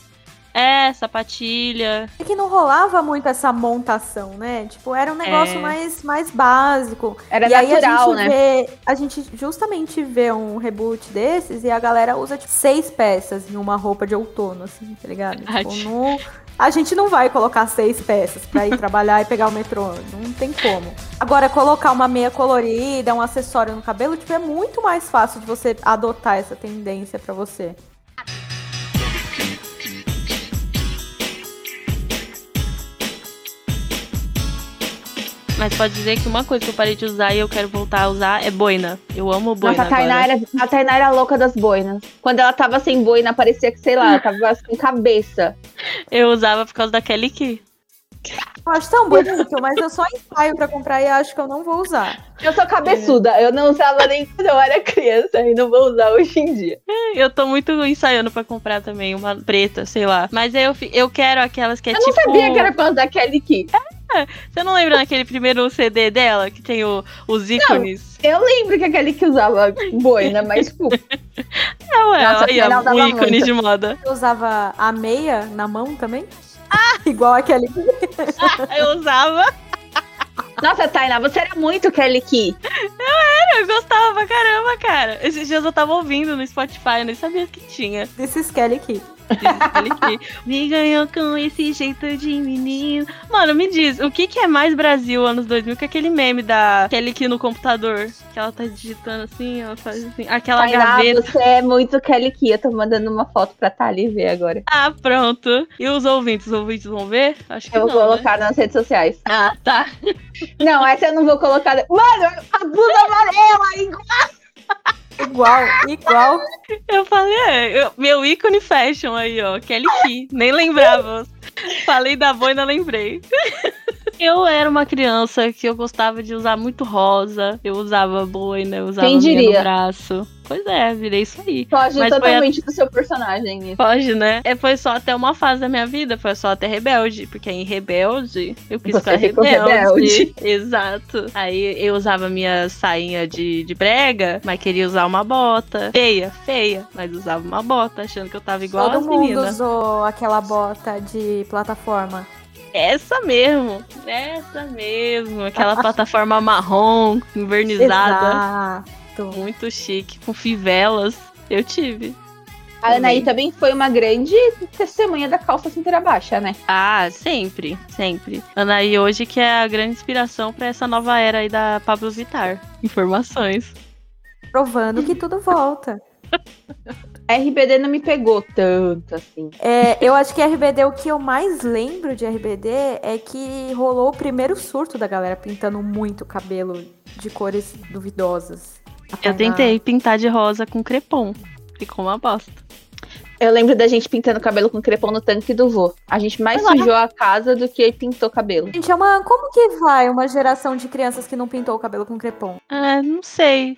[SPEAKER 3] É, sapatilha.
[SPEAKER 4] É que não rolava muito essa montação, né? Tipo, era um negócio
[SPEAKER 3] É.
[SPEAKER 4] mais, mais básico.
[SPEAKER 2] Era
[SPEAKER 4] e
[SPEAKER 2] natural,
[SPEAKER 4] aí a gente
[SPEAKER 2] né?
[SPEAKER 4] vê, a gente justamente vê um reboot desses e a galera usa tipo, seis peças em uma roupa de outono, assim, tá ligado? Tipo,
[SPEAKER 3] Verdade.
[SPEAKER 4] não- a gente não vai colocar seis peças pra ir trabalhar e pegar o metrô, não tem como. Agora, colocar uma meia colorida, um acessório no cabelo, tipo, é muito mais fácil de você adotar essa tendência pra você.
[SPEAKER 3] Mas pode dizer que uma coisa que eu parei de usar e eu quero voltar a usar é boina. Eu amo boina
[SPEAKER 2] Nossa, a Tainá,
[SPEAKER 3] agora.
[SPEAKER 2] era, a Tainá era louca das boinas. Quando ela tava sem boina, parecia que, sei lá, tava sem cabeça.
[SPEAKER 3] Eu usava por causa da Kelly Key.
[SPEAKER 4] Eu acho tão bonito, mas eu só ensaio pra comprar e acho que eu não vou usar.
[SPEAKER 2] Eu sou cabeçuda, eu não usava nem quando eu era criança e não vou usar hoje em dia.
[SPEAKER 3] Eu tô muito ensaiando pra comprar também uma preta, sei lá. Mas aí eu, fi- eu quero aquelas que é
[SPEAKER 2] eu
[SPEAKER 3] tipo.
[SPEAKER 2] não sabia que era por causa da Kelly Key.
[SPEAKER 3] Você não lembra daquele primeiro CD dela que tem o- os ícones?
[SPEAKER 2] Eu lembro que a Kelly Key usava boina, mas tipo,
[SPEAKER 3] Não, é,
[SPEAKER 2] Nossa,
[SPEAKER 3] olha,
[SPEAKER 2] afinal dava
[SPEAKER 3] um ícone
[SPEAKER 2] muito.
[SPEAKER 3] de moda.
[SPEAKER 4] Eu usava a meia na mão também? Ah! Igual aquele.
[SPEAKER 3] Eu usava.
[SPEAKER 2] nossa, Tainá, você era muito Kelly Key.
[SPEAKER 3] Eu gostava pra caramba, cara. Esses dias eu tava ouvindo no Spotify, eu nem sabia que tinha.
[SPEAKER 4] This is Kelly Key.
[SPEAKER 3] Ele que me ganhou com esse jeito de menino. Mano, me diz, o que, que é mais Brasil anos 2000 que aquele meme da Kelly Key no computador? Que ela tá digitando assim, ela faz assim, aquela
[SPEAKER 2] Tainá,
[SPEAKER 3] gaveta.
[SPEAKER 2] você é muito Kelly Key. Eu tô mandando uma foto pra Thali ver agora.
[SPEAKER 3] Ah, pronto. E os ouvintes? Os ouvintes vão ver? Acho que
[SPEAKER 2] Eu vou
[SPEAKER 3] não, né?
[SPEAKER 2] colocar nas redes sociais.
[SPEAKER 3] Ah, tá.
[SPEAKER 2] Não, essa eu não vou colocar. Mano, a blusa amarela! igual-
[SPEAKER 4] Igual, igual.
[SPEAKER 3] Eu falei, é, eu- meu ícone fashion aí, ó, Kelly Key. Nem lembrava. Falei da boina, lembrei. Eu era uma criança que eu gostava de usar muito rosa. Eu usava boina, eu usava
[SPEAKER 2] Quem
[SPEAKER 3] meia
[SPEAKER 2] diria?
[SPEAKER 3] no braço. Pois é, virei isso aí.
[SPEAKER 2] Foge
[SPEAKER 3] Mas foi
[SPEAKER 2] totalmente do seu personagem. isso.
[SPEAKER 3] Pode, né? É, foi só até uma fase da minha vida, foi só até rebelde, porque aí em rebelde eu quis
[SPEAKER 2] Você
[SPEAKER 3] ficar
[SPEAKER 2] ficou
[SPEAKER 3] rebelde. Exato. Aí eu usava minha sainha de, de brega, mas queria usar uma bota. Feia, feia, mas usava uma bota, achando que eu tava igual
[SPEAKER 4] Todo
[SPEAKER 3] as
[SPEAKER 4] mundo
[SPEAKER 3] meninas.
[SPEAKER 4] usou aquela bota de plataforma.
[SPEAKER 3] Essa mesmo, essa mesmo. Aquela plataforma marrom, invernizada,
[SPEAKER 4] Tá Exato.
[SPEAKER 3] muito chique, com fivelas. Eu tive.
[SPEAKER 2] A Anaí também foi uma grande testemunha da calça cintura baixa, né?
[SPEAKER 3] Ah, sempre, sempre. Anaí hoje que é a grande inspiração pra essa nova era aí da Pablo Vittar. Informações.
[SPEAKER 4] Provando que tudo volta.
[SPEAKER 2] A RBD não me pegou tanto assim.
[SPEAKER 4] É, eu acho que RBD, o que eu mais lembro de RBD é que rolou o primeiro surto da galera pintando muito o cabelo de cores duvidosas. A
[SPEAKER 3] Eu
[SPEAKER 4] Tainá-
[SPEAKER 3] tentei pintar de rosa com crepom. Ficou uma bosta.
[SPEAKER 2] Eu lembro da gente pintando cabelo com crepom no tanque do vô. A gente mais
[SPEAKER 3] Olá.
[SPEAKER 2] sujou a casa do que pintou cabelo.
[SPEAKER 4] Gente, é uma... como que vai uma geração de crianças que não pintou o cabelo com crepom?
[SPEAKER 3] Ah, não sei.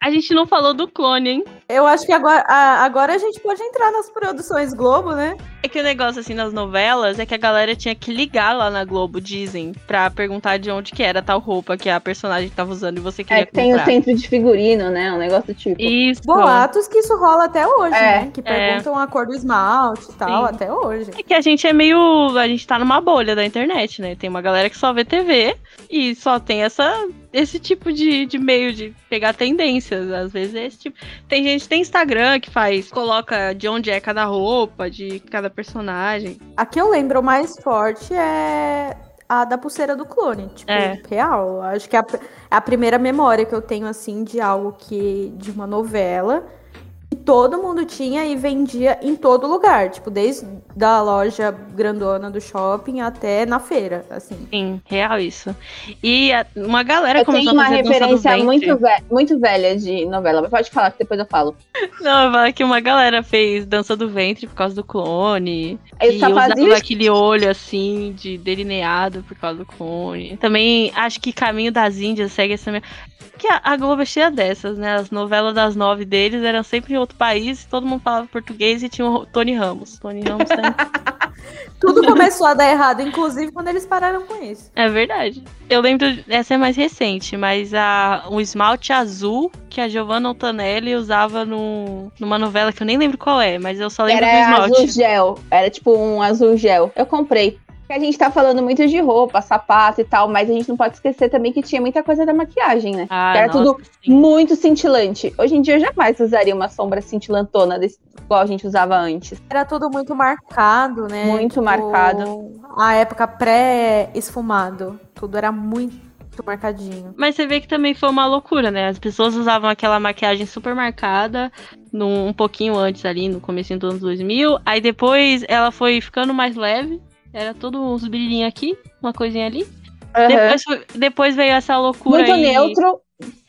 [SPEAKER 3] A gente não falou do clone, hein?
[SPEAKER 4] Eu acho que agora a, agora a gente pode entrar nas produções Globo, né?
[SPEAKER 3] É que o negócio, assim, nas novelas é que a galera tinha que ligar lá na Globo, dizem, pra perguntar de onde que era tal roupa que a personagem tava usando e você queria
[SPEAKER 2] É que tem o
[SPEAKER 3] comprar.
[SPEAKER 2] centro de figurino, né? Um negócio do tipo.
[SPEAKER 3] Isso.
[SPEAKER 4] Boatos que isso rola até hoje,
[SPEAKER 2] É.
[SPEAKER 4] né? Que perguntam a cor do esmalte e tal,
[SPEAKER 3] Sim.
[SPEAKER 4] até hoje.
[SPEAKER 3] É que a gente é meio. A gente tá numa bolha da internet, né? Tem uma galera que só vê TV e só tem essa, esse tipo de, de meio de pegar tendências. Às vezes é esse tipo. Tem gente que tem Instagram que faz, coloca de onde é cada roupa, de cada personagem.
[SPEAKER 4] A que eu lembro mais forte é a da pulseira do clone, tipo,
[SPEAKER 3] É.
[SPEAKER 4] real. Acho que é a, pr- a primeira memória que eu tenho, assim, de algo que. de uma novela. que Todo mundo tinha e vendia em todo lugar, tipo, desde da loja grandona do shopping até na feira, assim.
[SPEAKER 3] Sim, real isso. E a- uma galera
[SPEAKER 2] Eu
[SPEAKER 3] começou
[SPEAKER 2] tenho
[SPEAKER 3] a
[SPEAKER 2] uma
[SPEAKER 3] fazer dança do
[SPEAKER 2] referência
[SPEAKER 3] ventre.
[SPEAKER 2] muito, ve- muito velha de novela, mas pode falar que depois eu falo.
[SPEAKER 3] Não, eu falo que uma galera fez dança do ventre por causa do clone.
[SPEAKER 2] Esse
[SPEAKER 3] E usava
[SPEAKER 2] sapazinho
[SPEAKER 3] aquele olho assim, de delineado por causa do cone. Também acho que Caminho das Índias segue essa mesma. Porque a, a Globo é cheia dessas, né? As novelas das nove deles eram sempre em outro país, todo mundo falava português e tinha o Tony Ramos. Tony Ramos tá...
[SPEAKER 4] Tudo começou a dar errado, inclusive quando eles pararam com isso.
[SPEAKER 3] É verdade. Eu lembro, essa é mais recente, mas a, o esmalte azul que a Giovanna Antonelli usava no, numa novela que eu nem lembro qual é, mas eu só lembro do
[SPEAKER 2] Era
[SPEAKER 3] esmalte.
[SPEAKER 2] azul gel. Era tipo um azul gel. Eu comprei. Porque a gente tá falando muito de roupa, sapato e tal, mas a gente não pode esquecer também que tinha muita coisa da maquiagem, né?
[SPEAKER 3] Ah,
[SPEAKER 2] Era tudo
[SPEAKER 3] sim.
[SPEAKER 2] Muito cintilante. Hoje em dia eu jamais usaria uma sombra cintilantona desse igual a gente usava antes.
[SPEAKER 4] Era tudo muito marcado, né?
[SPEAKER 2] Muito marcado.
[SPEAKER 4] A época pré-esfumado. Tudo era muito marcadinho.
[SPEAKER 3] Mas você vê que também foi uma loucura, né? As pessoas usavam aquela maquiagem super marcada num, um pouquinho antes ali, no comecinho dos anos 2000. Aí depois ela foi ficando mais leve. Era tudo uns brilhinhos aqui, uma coisinha ali. Depois, foi- depois veio essa loucura
[SPEAKER 2] Muito
[SPEAKER 3] aí.
[SPEAKER 2] neutro,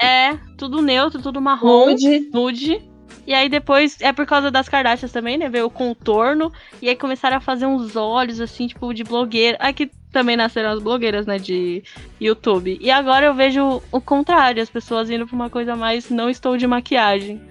[SPEAKER 3] É, tudo neutro, tudo marrom, nude.
[SPEAKER 2] nude.
[SPEAKER 3] E aí depois, é por causa das Kardashians também, né? Veio o contorno. E aí começaram a fazer uns olhos, assim, tipo, de blogueira. Aqui também nasceram as blogueiras, né? De YouTube. E agora eu vejo o contrário, as pessoas indo pra uma coisa mais não estou de maquiagem.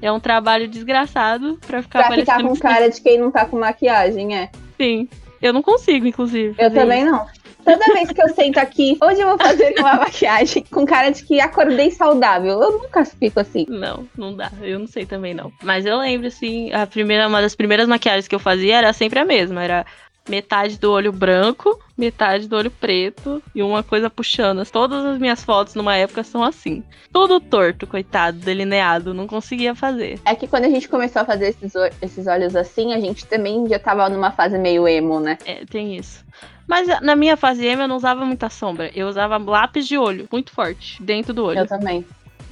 [SPEAKER 3] É um trabalho desgraçado pra ficar
[SPEAKER 2] Pra
[SPEAKER 3] parecendo
[SPEAKER 2] ficar com
[SPEAKER 3] que
[SPEAKER 2] cara de quem não tá com maquiagem, é.
[SPEAKER 3] Sim. Eu não consigo, inclusive.
[SPEAKER 2] Eu
[SPEAKER 3] fazer
[SPEAKER 2] também não. Toda vez que eu sento aqui, hoje eu vou fazer uma maquiagem com cara de que acordei saudável. Eu nunca fico assim.
[SPEAKER 3] Não, não dá. Eu não sei também não. Mas eu lembro assim, a primeira uma das primeiras maquiagens que eu fazia era sempre a mesma, era metade do olho branco, metade do olho preto e uma coisa puxando. Todas as minhas fotos numa época são assim. Todo torto, coitado, delineado, não conseguia fazer.
[SPEAKER 2] É que quando a gente começou a fazer esses, o- esses olhos assim, a gente também já tava numa fase meio emo, né?
[SPEAKER 3] É, tem isso. Mas na minha fase emo eu não usava muita sombra. Eu usava lápis de olho, muito forte, dentro do olho.
[SPEAKER 2] Eu também.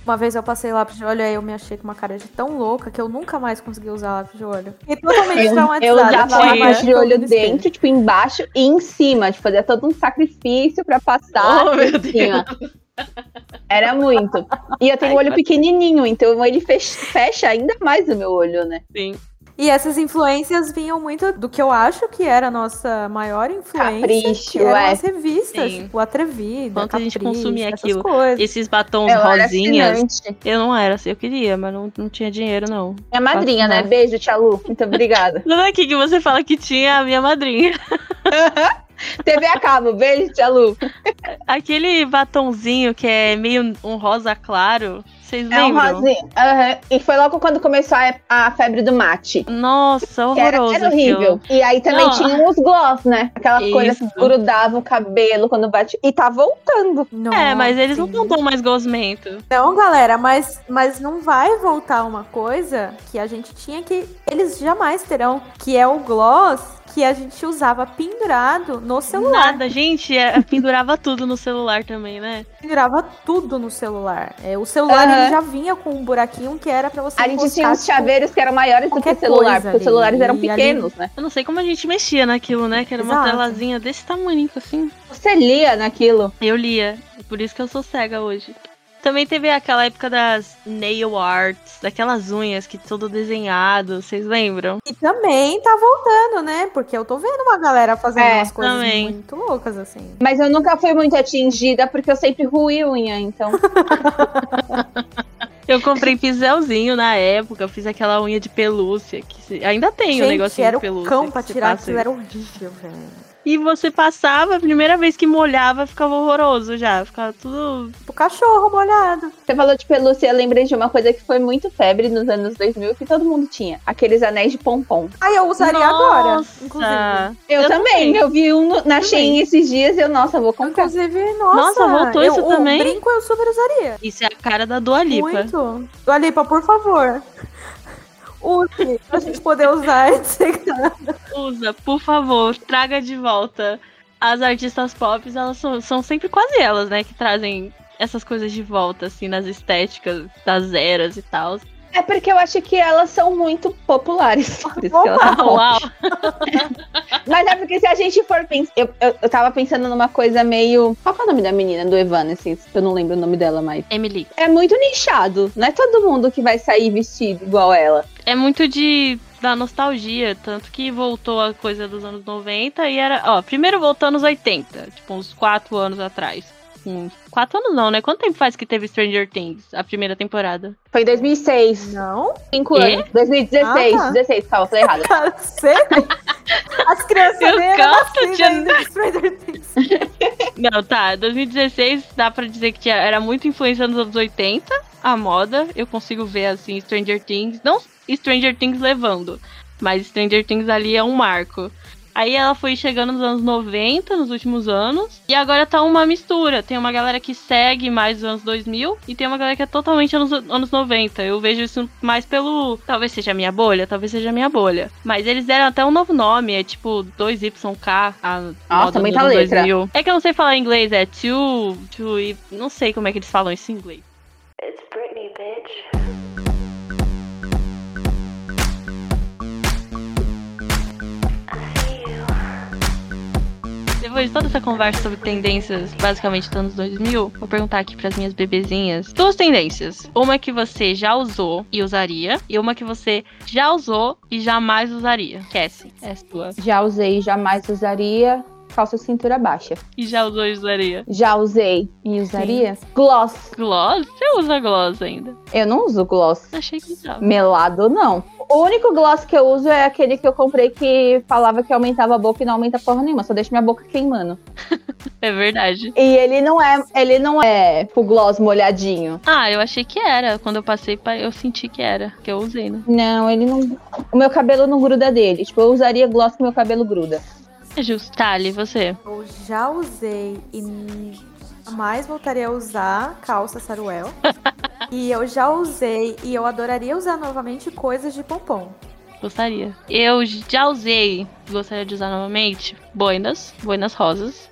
[SPEAKER 4] Uma vez eu passei lápis de olho, aí eu me achei com uma cara de tão louca que eu nunca mais consegui usar lápis de olho. Fiquei totalmente
[SPEAKER 2] Eu,
[SPEAKER 4] traumatizada.
[SPEAKER 2] eu usava
[SPEAKER 4] Tinha
[SPEAKER 3] lá
[SPEAKER 4] mais
[SPEAKER 2] lápis de olho
[SPEAKER 4] todo no espelho.
[SPEAKER 2] dentro, tipo, embaixo e em cima. Tipo, fazia todo um sacrifício pra passar
[SPEAKER 3] Oh, meu
[SPEAKER 2] em cima. Era muito. E eu tenho um olho pequenininho, então ele fecha, fecha ainda mais o meu olho, né?
[SPEAKER 3] Sim.
[SPEAKER 4] E essas influências vinham muito do que eu acho que era a nossa maior influência.
[SPEAKER 2] Capricho,
[SPEAKER 4] que eram
[SPEAKER 2] é.
[SPEAKER 4] as revistas,
[SPEAKER 3] Sim.
[SPEAKER 4] tipo, Atrevida,
[SPEAKER 3] Quanto a gente
[SPEAKER 4] Capricho,
[SPEAKER 3] consumia
[SPEAKER 4] essas
[SPEAKER 3] aquilo.
[SPEAKER 4] coisas.
[SPEAKER 3] Esses batons
[SPEAKER 2] eu era né?
[SPEAKER 3] rosinhas.
[SPEAKER 2] assinante.
[SPEAKER 3] Eu não era assim, eu queria, mas não, não tinha dinheiro, não.
[SPEAKER 2] Minha madrinha, né?
[SPEAKER 3] Nossa.
[SPEAKER 2] Beijo, tia Lu. Muito obrigada.
[SPEAKER 3] Não é aqui que você fala que tinha a minha madrinha.
[SPEAKER 2] TV a cabo. Beijo, tia Lu.
[SPEAKER 3] Aquele batonzinho que é meio um rosa claro. Vocês
[SPEAKER 2] É um
[SPEAKER 3] lembram?
[SPEAKER 2] rosinha. Aham. E foi logo quando começou a, a febre do mate.
[SPEAKER 3] Nossa,
[SPEAKER 2] Que Era,
[SPEAKER 3] horroroso.
[SPEAKER 2] era horrível.
[SPEAKER 3] aquilo.
[SPEAKER 2] E aí também
[SPEAKER 3] Não.
[SPEAKER 2] tinha os gloss, né? Aquelas
[SPEAKER 3] Isso.
[SPEAKER 2] coisas que grudavam o cabelo quando bate. E tá voltando.
[SPEAKER 3] É, mas eles não
[SPEAKER 4] Nossa,
[SPEAKER 3] estão tão mais gosmento.
[SPEAKER 4] Não, Então, galera, mas, mas não vai voltar uma coisa que a gente tinha que. Eles jamais terão, que é o gloss que a gente usava pendurado no celular.
[SPEAKER 3] Nada, gente, é, pendurava tudo no celular também, né?
[SPEAKER 4] Pendurava tudo no celular. É, o celular
[SPEAKER 2] Aham.
[SPEAKER 4] ele já vinha com um buraquinho que era pra você
[SPEAKER 2] A gente
[SPEAKER 4] encostar,
[SPEAKER 2] tinha uns
[SPEAKER 4] tipo,
[SPEAKER 2] chaveiros que eram maiores do que
[SPEAKER 4] qualquer
[SPEAKER 2] o celular,
[SPEAKER 4] coisa
[SPEAKER 2] porque os
[SPEAKER 4] ali.
[SPEAKER 2] celulares eram
[SPEAKER 4] E ali-
[SPEAKER 2] pequenos, né?
[SPEAKER 3] Eu não sei como a gente mexia naquilo, né? Que era uma
[SPEAKER 4] Exato.
[SPEAKER 3] telazinha desse tamanho assim.
[SPEAKER 2] Você lia naquilo.
[SPEAKER 3] Eu lia, por isso que eu sou cega hoje. Também teve aquela época das nail arts, daquelas unhas que tudo desenhado, vocês lembram?
[SPEAKER 4] E também tá voltando, né? Porque eu tô vendo uma galera fazendo
[SPEAKER 2] É,
[SPEAKER 4] umas coisas
[SPEAKER 3] também.
[SPEAKER 4] muito loucas, assim.
[SPEAKER 2] Mas eu nunca fui muito atingida, porque eu sempre ruí unha, então.
[SPEAKER 3] Eu comprei pincelzinho na época, eu fiz aquela unha de pelúcia, que se- ainda tem o
[SPEAKER 4] Gente,
[SPEAKER 3] negocinho
[SPEAKER 4] era
[SPEAKER 3] de pelúcia.
[SPEAKER 4] o cão
[SPEAKER 3] que
[SPEAKER 4] pra
[SPEAKER 3] você
[SPEAKER 4] tirar
[SPEAKER 3] passa.
[SPEAKER 4] aquilo, era horrível, velho.
[SPEAKER 3] E você passava, a primeira vez que molhava, ficava horroroso já, ficava tudo...
[SPEAKER 4] Tipo cachorro molhado.
[SPEAKER 2] Você falou de pelúcia, eu lembrei de uma coisa que foi muito febre nos anos 2000 que todo mundo tinha. Aqueles anéis de pompom.
[SPEAKER 4] Aí eu usaria agora,
[SPEAKER 3] Nossa!
[SPEAKER 4] inclusive.
[SPEAKER 2] Eu,
[SPEAKER 3] Eu
[SPEAKER 2] também,
[SPEAKER 3] também.
[SPEAKER 2] eu vi um no- na
[SPEAKER 3] Também.
[SPEAKER 2] Shein esses dias e eu, nossa, vou comprar.
[SPEAKER 4] Inclusive, nossa.
[SPEAKER 3] Nossa, voltou
[SPEAKER 4] eu-
[SPEAKER 3] isso
[SPEAKER 4] o
[SPEAKER 3] também?
[SPEAKER 4] brinco eu super usaria.
[SPEAKER 3] Isso é a cara da Dua Lipa.
[SPEAKER 4] Muito. Dua Lipa, por favor. Use, pra gente poder usar esse
[SPEAKER 3] Usa, por favor, traga de volta. As artistas pop, elas são, são sempre quase elas, né? Que trazem essas coisas de volta, assim, nas estéticas das eras e tal.
[SPEAKER 2] É porque eu acho que elas são muito populares. Por isso que elas
[SPEAKER 4] Ah,
[SPEAKER 2] são
[SPEAKER 3] Uau, uau.
[SPEAKER 2] Mas é porque se a gente for pensar. Eu, eu, eu tava pensando numa coisa meio. Qual que é o nome da menina do Evanescence? Eu não lembro o nome dela, mas.
[SPEAKER 3] Emily,
[SPEAKER 2] É muito nichado. Não é todo mundo que vai sair vestido igual ela.
[SPEAKER 3] é muito de da nostalgia, tanto que voltou a coisa dos anos 90 e era, ó, primeiro voltou anos 80, tipo uns 4 anos atrás. Uns 4 anos não, né? Quanto tempo faz que teve Stranger Things, a primeira temporada?
[SPEAKER 2] Foi em 2006.
[SPEAKER 4] Não?
[SPEAKER 2] 5
[SPEAKER 3] Quê?
[SPEAKER 2] anos. 2016.
[SPEAKER 4] Ah, tá.
[SPEAKER 2] 16, calma, falei errado.
[SPEAKER 4] Cara, você... As crianças
[SPEAKER 3] Eu
[SPEAKER 4] nem eram
[SPEAKER 3] canto,
[SPEAKER 4] nascidas
[SPEAKER 3] tia.
[SPEAKER 4] ainda de Stranger Things.
[SPEAKER 3] Não, tá. 2016 dá pra dizer que tinha- era muito influência nos anos 80, a moda. Eu consigo ver, assim, Stranger Things. Não Stranger Things levando, mas Stranger Things ali é um marco. Aí ela foi chegando nos anos 90, nos últimos anos. E agora tá uma mistura. Tem uma galera que segue mais os anos 2000 e tem uma galera que é totalmente anos, anos 90. Eu vejo isso mais pelo. Talvez seja a minha bolha, talvez seja a minha bolha. Mas eles deram até um novo nome. É tipo 2YK. A moda dos
[SPEAKER 2] muita
[SPEAKER 3] anos
[SPEAKER 2] letra.
[SPEAKER 3] 2000. É que eu não sei falar inglês, é two, two, e- não sei como é que eles falam isso em inglês. Depois de toda essa conversa sobre tendências, basicamente dos anos 2000, vou perguntar aqui pras minhas bebezinhas. Duas tendências. Uma que você já usou e usaria, e uma que você já usou e jamais usaria. Cassie, é sua.
[SPEAKER 2] Já usei, jamais usaria. Calça cintura baixa.
[SPEAKER 3] E já usou e usaria.
[SPEAKER 2] Já usei e usaria. Gloss.
[SPEAKER 3] Gloss? Você usa gloss ainda?
[SPEAKER 2] Eu não uso gloss.
[SPEAKER 3] Achei que usava.
[SPEAKER 2] Melado, não. O único gloss que eu uso é aquele que eu comprei que falava que aumentava a boca e não aumenta porra nenhuma. Só deixa minha boca queimando.
[SPEAKER 3] É verdade.
[SPEAKER 2] E ele não é, ele não é pro gloss molhadinho.
[SPEAKER 3] Ah, eu achei que era. Quando eu passei, pa- eu senti que era. Que eu usei, né?
[SPEAKER 2] Não, ele não. O meu cabelo não gruda dele. Tipo, eu usaria gloss que meu cabelo gruda.
[SPEAKER 3] É justo. Tali, você.
[SPEAKER 4] Eu já usei e mais voltaria a usar calça saruel. e eu já usei e eu adoraria usar novamente coisas de pompom.
[SPEAKER 3] Gostaria. Eu já usei, gostaria de usar novamente, boinas, boinas rosas,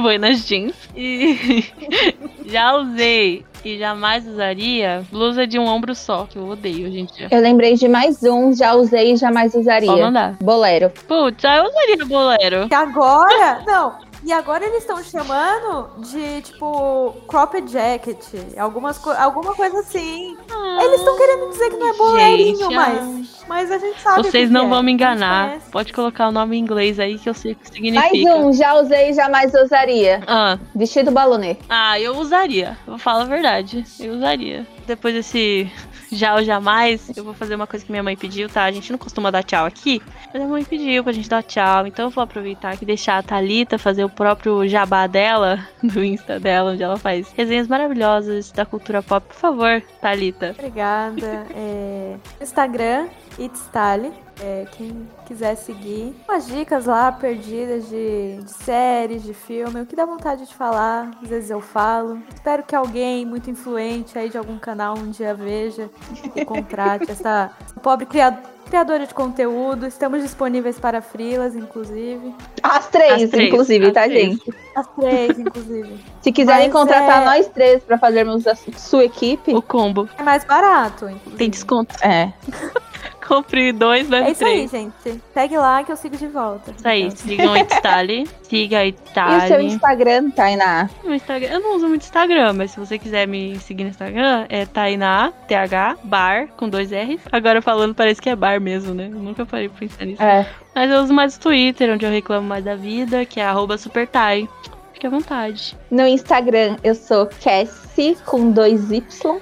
[SPEAKER 3] boinas jeans. E já usei e jamais usaria blusa de um ombro só, que eu odeio hoje em dia.
[SPEAKER 2] Eu lembrei de mais um, já usei e jamais
[SPEAKER 3] Só
[SPEAKER 2] usaria.
[SPEAKER 3] não dá.
[SPEAKER 2] Bolero.
[SPEAKER 3] Putz, aí eu usaria bolero.
[SPEAKER 4] E agora, não. E agora eles estão chamando de tipo cropped jacket, algumas co- alguma coisa assim.
[SPEAKER 3] Ah,
[SPEAKER 4] Eles estão querendo dizer que não é boleirinho,
[SPEAKER 3] gente,
[SPEAKER 4] mas mas a gente sabe. o
[SPEAKER 3] Vocês
[SPEAKER 4] que
[SPEAKER 3] não
[SPEAKER 4] é.
[SPEAKER 3] vão me
[SPEAKER 4] A gente
[SPEAKER 3] enganar.
[SPEAKER 4] conhece.
[SPEAKER 3] Pode colocar o nome em inglês aí que eu sei o que
[SPEAKER 2] Mais
[SPEAKER 3] significa.
[SPEAKER 2] um, já usei e jamais usaria.
[SPEAKER 3] Ah,
[SPEAKER 2] Vestido balonê.
[SPEAKER 3] ah, eu usaria. Eu falo a verdade. Eu usaria. Depois desse já ou jamais, eu vou fazer uma coisa que minha mãe pediu, tá? A gente não costuma dar tchau aqui, mas a mãe pediu pra gente dar tchau. Então eu vou aproveitar aqui e deixar a Thalita fazer o próprio jabá dela, do Insta dela, onde ela faz resenhas maravilhosas da cultura pop. Por favor, Thalita.
[SPEAKER 4] Obrigada. É, Instagram, It's Tali. É, quem quiser seguir. Umas dicas lá perdidas de, de séries, de filme, o que dá vontade de falar, às vezes eu falo. Espero que alguém muito influente aí de algum canal um dia veja e contrate essa pobre cria- criadora de conteúdo. Estamos disponíveis para frilas, inclusive.
[SPEAKER 2] As três,
[SPEAKER 3] As três,
[SPEAKER 2] inclusive,
[SPEAKER 3] as
[SPEAKER 2] tá,
[SPEAKER 3] três.
[SPEAKER 2] gente?
[SPEAKER 4] As três, inclusive.
[SPEAKER 2] Se quiserem
[SPEAKER 4] Mas
[SPEAKER 2] contratar
[SPEAKER 4] é-
[SPEAKER 2] nós três pra fazermos a su- sua equipe,
[SPEAKER 3] O combo.
[SPEAKER 4] É mais barato, inclusive.
[SPEAKER 3] Tem desconto.
[SPEAKER 2] é.
[SPEAKER 3] Compre dois,
[SPEAKER 4] É
[SPEAKER 3] leve
[SPEAKER 4] isso aí,
[SPEAKER 3] três. É
[SPEAKER 4] gente. Segue lá que eu sigo de volta.
[SPEAKER 3] Isso aí, sigam o Itali. Siga a
[SPEAKER 2] E o seu
[SPEAKER 3] Itali.
[SPEAKER 2] Instagram, Tainá?
[SPEAKER 3] Meu Instagram- eu não uso muito Instagram, mas se você quiser me seguir no Instagram, é Tainá, TH, bar, com dois R's. Agora falando parece que é bar mesmo, né? Eu nunca parei pra pensar nisso.
[SPEAKER 2] É.
[SPEAKER 3] Mas eu uso mais o Twitter, onde eu reclamo mais da vida, que é arroba supertai. Fique à vontade.
[SPEAKER 2] No Instagram, eu sou Cassie com dois Y,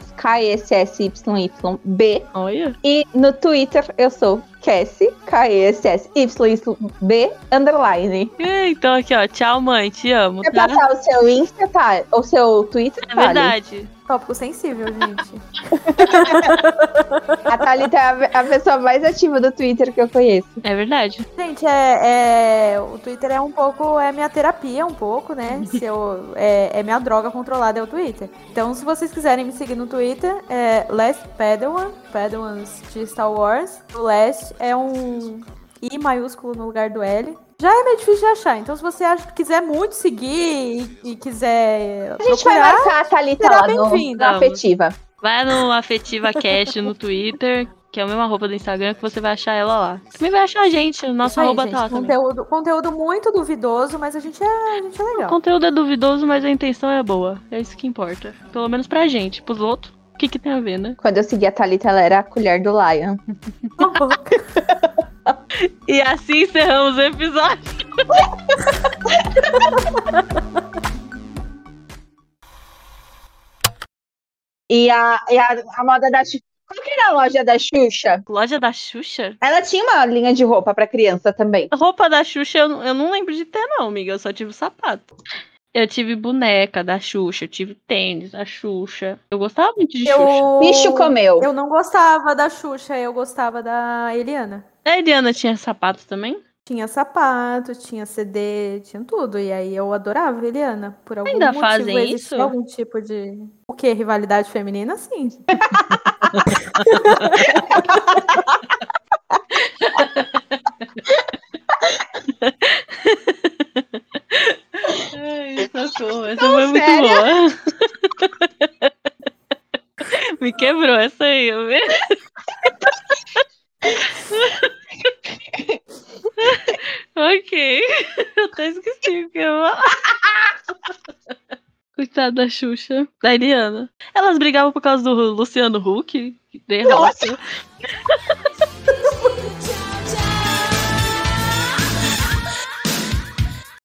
[SPEAKER 2] K-S-S-Y-Y-B.
[SPEAKER 3] Olha.
[SPEAKER 2] E no Twitter, eu sou Cassie, K-S-S-Y-Y-B, underline.
[SPEAKER 3] É, Então aqui, ó. Tchau, mãe. Te amo,
[SPEAKER 2] Quer
[SPEAKER 3] tá?
[SPEAKER 2] passar o seu Insta, tá? O seu Twitter,
[SPEAKER 3] É
[SPEAKER 2] Thali?
[SPEAKER 3] verdade.
[SPEAKER 4] Tópico sensível, gente.
[SPEAKER 2] A Thalita é a- a pessoa mais ativa do Twitter que eu conheço.
[SPEAKER 3] É verdade.
[SPEAKER 4] Gente, é, é- o Twitter é um pouco, é minha terapia um pouco, né? Se eu- é, é minha droga controlada, é o Twitter. Então, se vocês quiserem me seguir no Twitter, é Last Padawan, Padawans de Star Wars. O Last é um I maiúsculo no lugar do L. Já é meio difícil de achar, então se você acha- quiser muito seguir e, e quiser
[SPEAKER 2] A gente vai
[SPEAKER 4] procurar,
[SPEAKER 2] marcar a Thalita
[SPEAKER 4] será
[SPEAKER 2] lá no,
[SPEAKER 4] bem-vinda.
[SPEAKER 2] na afetiva.
[SPEAKER 3] Vai no Afetiva Cast no Twitter, que é a mesma roupa do Instagram, que você vai achar ela lá. Também vai achar a gente. o Nosso
[SPEAKER 4] Aí,
[SPEAKER 3] arroba
[SPEAKER 4] gente,
[SPEAKER 3] tá lá também.
[SPEAKER 4] conteúdo, conteúdo muito duvidoso, mas a gente é, a gente é
[SPEAKER 3] O
[SPEAKER 4] legal.
[SPEAKER 3] conteúdo é duvidoso, mas a intenção é boa. É isso que importa. Pelo menos pra gente. Pros outros, o que, que tem a ver, né?
[SPEAKER 2] Quando eu segui a Thalita, ela era a colher do Lion.
[SPEAKER 3] E assim encerramos o episódio.
[SPEAKER 2] E a, e a, a moda da Xuxa. Qual que era a loja da Xuxa?
[SPEAKER 3] Loja da Xuxa?
[SPEAKER 2] Ela tinha uma linha de roupa pra criança também.
[SPEAKER 3] Roupa da Xuxa eu, eu não lembro de ter, não, amiga. Eu só tive sapato. Eu tive boneca da Xuxa, eu tive tênis da Xuxa. Eu gostava muito de Xuxa.
[SPEAKER 4] Eu...
[SPEAKER 2] Bicho comeu.
[SPEAKER 4] Eu não gostava da Xuxa, eu gostava da Eliana.
[SPEAKER 3] A Eliana tinha sapato também?
[SPEAKER 4] Tinha sapato, tinha CD, tinha tudo. E aí eu adorava a Eliana. Por algum
[SPEAKER 3] Ainda
[SPEAKER 4] motivo
[SPEAKER 3] fazem
[SPEAKER 4] existia
[SPEAKER 3] isso?
[SPEAKER 4] algum tipo de. O quê? Rivalidade feminina? Sim.
[SPEAKER 3] Ai, socorro. Essa foi muito
[SPEAKER 2] sério?
[SPEAKER 3] boa. Me quebrou essa aí, eu vi. ok. Eu até esqueci o que eu ia falar. Coitada da Xuxa. Da Eliana. Elas brigavam por causa do Luciano Huck. que Derrota.